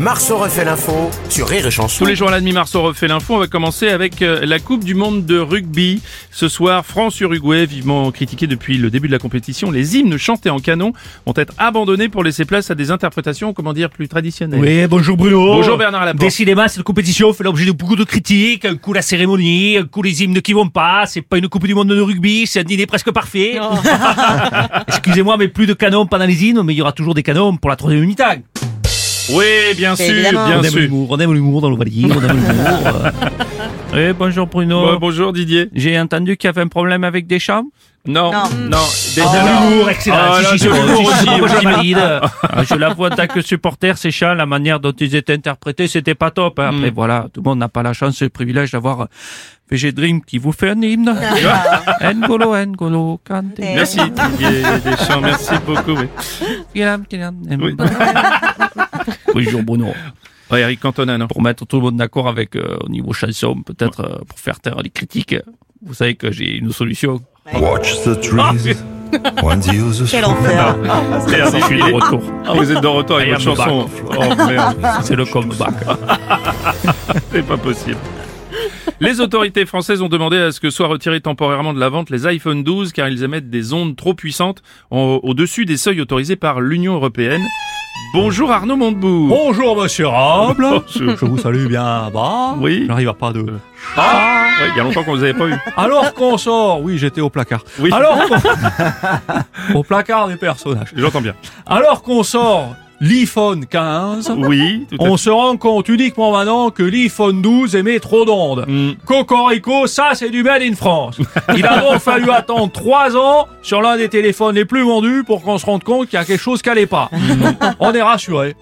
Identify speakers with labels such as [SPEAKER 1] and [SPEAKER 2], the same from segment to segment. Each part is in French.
[SPEAKER 1] Marceau refait l'info sur Rire et Chanson.
[SPEAKER 2] Tous les jours à la demi-mars, on refait l'info. On va commencer avec euh, la Coupe du Monde de rugby. Ce soir, France-Uruguay, vivement critiquée depuis le début de la compétition. Les hymnes chantés en canon vont être abandonnés pour laisser place à des interprétations, comment dire, plus traditionnelles.
[SPEAKER 3] Oui, bonjour Bruno.
[SPEAKER 2] Bonjour Bernard Laporte.
[SPEAKER 3] Décidément, cette compétition fait l'objet de beaucoup de critiques. Un coup la cérémonie, un coup les hymnes qui vont pas. C'est pas une Coupe du Monde de rugby, c'est un dîner presque parfait. Excusez-moi, mais plus de canons pendant les hymnes, mais il y aura toujours des canons pour la troisième unité.
[SPEAKER 2] Oui, bien sûr,
[SPEAKER 4] évidemment.
[SPEAKER 2] bien
[SPEAKER 3] on aime
[SPEAKER 2] sûr.
[SPEAKER 3] l'humour, on aime l'humour dans l'Ovalie, on aime l'humour.
[SPEAKER 5] Eh, bonjour Bruno.
[SPEAKER 2] Bon, Oh, bonjour Didier.
[SPEAKER 5] J'ai entendu qu'il y avait un problème avec des chambres.
[SPEAKER 2] Non, non,
[SPEAKER 4] Non.
[SPEAKER 2] des-
[SPEAKER 3] On aime
[SPEAKER 2] alors-
[SPEAKER 3] l'humour, excellent.
[SPEAKER 2] Ah,
[SPEAKER 3] Si,
[SPEAKER 2] là,
[SPEAKER 3] si,
[SPEAKER 2] de
[SPEAKER 3] si, si,
[SPEAKER 2] l'humour
[SPEAKER 3] si,
[SPEAKER 2] aussi,
[SPEAKER 3] si, moi, je
[SPEAKER 2] aussi.
[SPEAKER 3] valide.
[SPEAKER 5] Ah, je l'avoue, en tant que supporter, c'est chiant, la manière dont ils étaient interprétés, c'était pas top. hein.
[SPEAKER 2] Mm.
[SPEAKER 5] Après, voilà, tout le monde n'a pas la chance et le privilège d'avoir euh, VG Dream qui vous fait un hymne.
[SPEAKER 2] Ah.
[SPEAKER 5] N'Golo, N'Golo, Kante.
[SPEAKER 2] Merci Didier Deschamps, merci beaucoup. oui.
[SPEAKER 5] Kylian, Kylian,
[SPEAKER 2] Oui.
[SPEAKER 5] Bonjour Bruno.
[SPEAKER 2] Ouais, Eric Cantona, non
[SPEAKER 5] Pour mettre tout le monde d'accord avec, euh, au niveau chanson, peut-être, euh, pour faire taire les critiques, vous savez que j'ai une solution.
[SPEAKER 2] Ah,
[SPEAKER 6] Watch the trees when the users
[SPEAKER 4] Quel enfer
[SPEAKER 2] Merde,
[SPEAKER 5] Je suis de retour.
[SPEAKER 2] Ah, vous êtes de retour avec
[SPEAKER 5] I am
[SPEAKER 2] votre chanson. Oh merde.
[SPEAKER 5] C'est le comeback.
[SPEAKER 2] C'est pas possible. Les autorités françaises ont demandé à ce que soient retirés temporairement de la vente les iPhone 12 car ils émettent des ondes trop puissantes en- au-dessus des seuils autorisés par l'Union européenne. Bonjour Arnaud Montebourg.
[SPEAKER 3] Bonjour Monsieur Rable.
[SPEAKER 2] Bonjour.
[SPEAKER 3] Je vous salue bien bas.
[SPEAKER 2] Oui.
[SPEAKER 3] Je n'arrive à pas de.
[SPEAKER 2] Ah, ouais, il y a longtemps qu'on vous avait pas eu.
[SPEAKER 3] Alors qu'on sort, oui, j'étais au placard.
[SPEAKER 2] Oui.
[SPEAKER 3] Alors qu'on- au placard des personnages.
[SPEAKER 2] J'entends bien.
[SPEAKER 3] Alors qu'on sort l'iPhone 15,
[SPEAKER 2] Oui. Tout à
[SPEAKER 3] on se rend compte uniquement maintenant que l'iPhone 12 émet trop d'ondes.
[SPEAKER 2] Mm.
[SPEAKER 3] Cocorico, ça c'est du made in France. Il a donc fallu attendre trois ans sur l'un des téléphones les plus vendus pour qu'on se rende compte qu'il y a quelque chose qui n'allait pas.
[SPEAKER 2] Mm.
[SPEAKER 3] On est rassuré.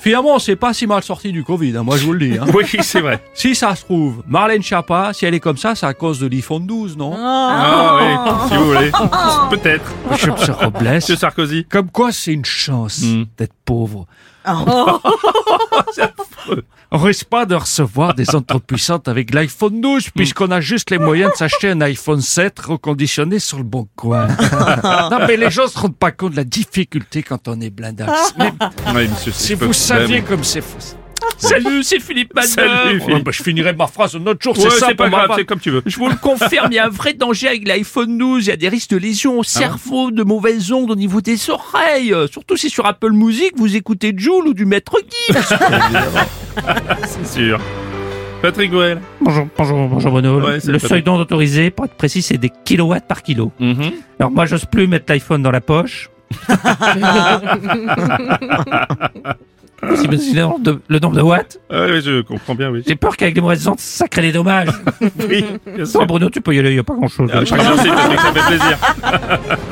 [SPEAKER 3] Finalement, c'est pas si mal sorti du Covid, hein, moi je vous le dis. hein.
[SPEAKER 2] fait. Oui, c'est vrai.
[SPEAKER 3] Si ça se trouve, Marlène Schiappa, si elle est comme ça, c'est à cause de l'iPhone 12, non
[SPEAKER 2] Ah oui, si vous voulez. Peut-être.
[SPEAKER 3] Je me Robles.
[SPEAKER 2] Monsieur Sarkozy.
[SPEAKER 3] Comme quoi, c'est une chance
[SPEAKER 2] Mm.
[SPEAKER 3] d'être pauvre. On risque pas de recevoir des entrées puissantes avec l'iPhone 12, puisqu'on a juste les moyens de s'acheter un iPhone 7 reconditionné sur le bon coin. non, mais les gens se rendent pas compte de la difficulté quand on est blindax. Mais
[SPEAKER 2] Oui, monsieur.
[SPEAKER 3] si
[SPEAKER 2] je peux-
[SPEAKER 3] vous saviez
[SPEAKER 2] Ouais,
[SPEAKER 3] comme c'est fou. Salut, c'est Philippe Madden.
[SPEAKER 2] Salut, Philippe.
[SPEAKER 3] je finirai ma phrase un autre jour,
[SPEAKER 2] mais- Ouais,
[SPEAKER 3] c'est ça
[SPEAKER 2] c'est pas
[SPEAKER 3] pour ma
[SPEAKER 2] grave,
[SPEAKER 3] part.
[SPEAKER 2] c'est comme tu veux.
[SPEAKER 5] Je vous le confirme, il y a un vrai danger avec l'iPhone 12. Il y a des risques de
[SPEAKER 2] Ah
[SPEAKER 5] lésions au cerveau, de mauvaises ondes au niveau des oreilles. Euh, Surtout si sur Apple Music, vous écoutez Joule ou du Maître Guy.
[SPEAKER 2] C'est sûr. Patrick Gouel.
[SPEAKER 5] Bonjour, bonjour, bonjour Bruno.
[SPEAKER 2] Ouais, c'est
[SPEAKER 5] le
[SPEAKER 2] pas
[SPEAKER 5] seuil d'onde autorisé, pour être précis, c'est des kilowatts par kilo.
[SPEAKER 2] Mhm.
[SPEAKER 5] Alors moi, j'ose plus mettre l'iPhone dans la poche. Vous imaginez le nombre de- le nombre de watts
[SPEAKER 2] Ah oui, je comprends bien, oui.
[SPEAKER 5] J'ai peur qu'avec les mauvaises ondes, ça crée des dommages.
[SPEAKER 2] Oui, bien sûr.
[SPEAKER 5] Toi, Bruno, tu peux y aller, il n'y a pas grand-chose.
[SPEAKER 2] Ah, je te remercie, Patrick, ça fait plaisir.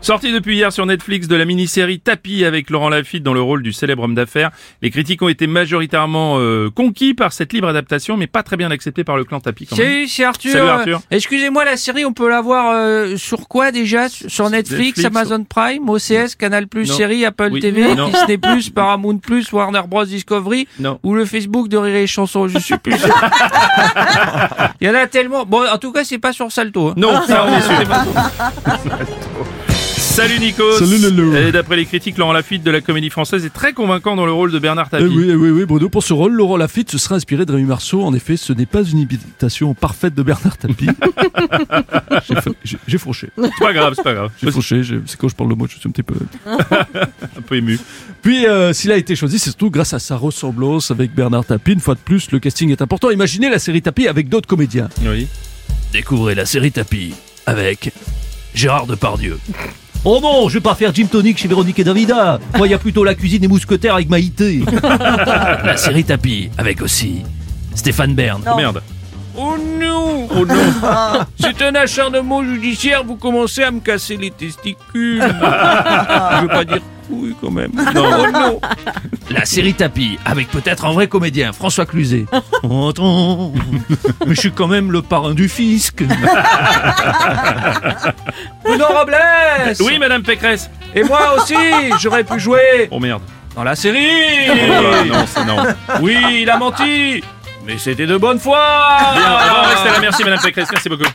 [SPEAKER 2] Sortie depuis hier sur Netflix de la mini-série Tapis avec Laurent Lafitte dans le rôle du célèbre homme d'affaires, les critiques ont été majoritairement euh, conquis par cette libre adaptation, mais pas très bien acceptée par le clan Tapis. Quand même.
[SPEAKER 5] Salut, c'est Arthur.
[SPEAKER 2] Salut, Arthur.
[SPEAKER 5] Euh, Excusez-moi, la série, on peut la voir euh, sur quoi déjà Sur sur Netflix,
[SPEAKER 2] Netflix,
[SPEAKER 5] Amazon Prime, OCS, Canal+,
[SPEAKER 2] Non.
[SPEAKER 5] série, Apple
[SPEAKER 2] Oui.
[SPEAKER 5] TV,
[SPEAKER 2] Non.
[SPEAKER 5] Disney+, Paramount+, Warner Bros Discovery
[SPEAKER 2] Non.
[SPEAKER 5] ou le Facebook de Rire et Chanson, je suis plus sûr. Il y en a tellement. Bon, en tout cas, c'est pas sur Salto. hein.
[SPEAKER 2] Non, ça on est sûr. Salut Nico.
[SPEAKER 7] Salut, Lolo.
[SPEAKER 2] Et d'après les critiques, Laurent Lafitte de la comédie française est très convaincant dans le rôle de Bernard Tapie.
[SPEAKER 7] Eh oui, eh oui, oui, Bruno. Pour ce rôle, Laurent Lafitte se sera inspiré de Rémi Marceau. En effet, ce n'est pas une imitation parfaite de Bernard Tapie. J'ai fa- j'ai- j'ai fauché.
[SPEAKER 2] C'est pas grave, c'est pas grave. Je
[SPEAKER 7] J'ai
[SPEAKER 2] suis
[SPEAKER 7] fauché. j'ai- C'est quand je parle le mot, je suis un petit peu.
[SPEAKER 2] un peu ému.
[SPEAKER 7] Puis, euh, s'il a été choisi, c'est surtout grâce à sa ressemblance avec Bernard Tapie. Une fois de plus, le casting est important. Imaginez la série Tapie avec d'autres comédiens.
[SPEAKER 2] Oui.
[SPEAKER 3] Découvrez la série Tapis avec Gérard Depardieu. Oh non, je vais pas faire Jim Tonic chez Véronique et Davida. Moi, il y a plutôt la cuisine des mousquetaires avec Maïté. la série Tapis avec aussi Stéphane Bern.
[SPEAKER 4] Non.
[SPEAKER 2] Merde.
[SPEAKER 5] Oh non Oh non C'est un acharnement judiciaire, vous commencez à me casser les testicules. Je veux pas dire couille quand même. Oh non
[SPEAKER 3] La série Tapis avec peut-être un vrai comédien, François Cluzet. Attends, mais je suis quand même le parrain du fisc.
[SPEAKER 5] Bruno Robles
[SPEAKER 2] Oui, Madame Pécresse.
[SPEAKER 5] Et moi aussi, j'aurais pu jouer
[SPEAKER 2] Oh merde.
[SPEAKER 5] dans la série.
[SPEAKER 2] Ah, non, c'est non.
[SPEAKER 5] Oui, il a menti. Mais c'était de bonne foi
[SPEAKER 2] Bon, restez là, merci Madame Pécresse, merci beaucoup.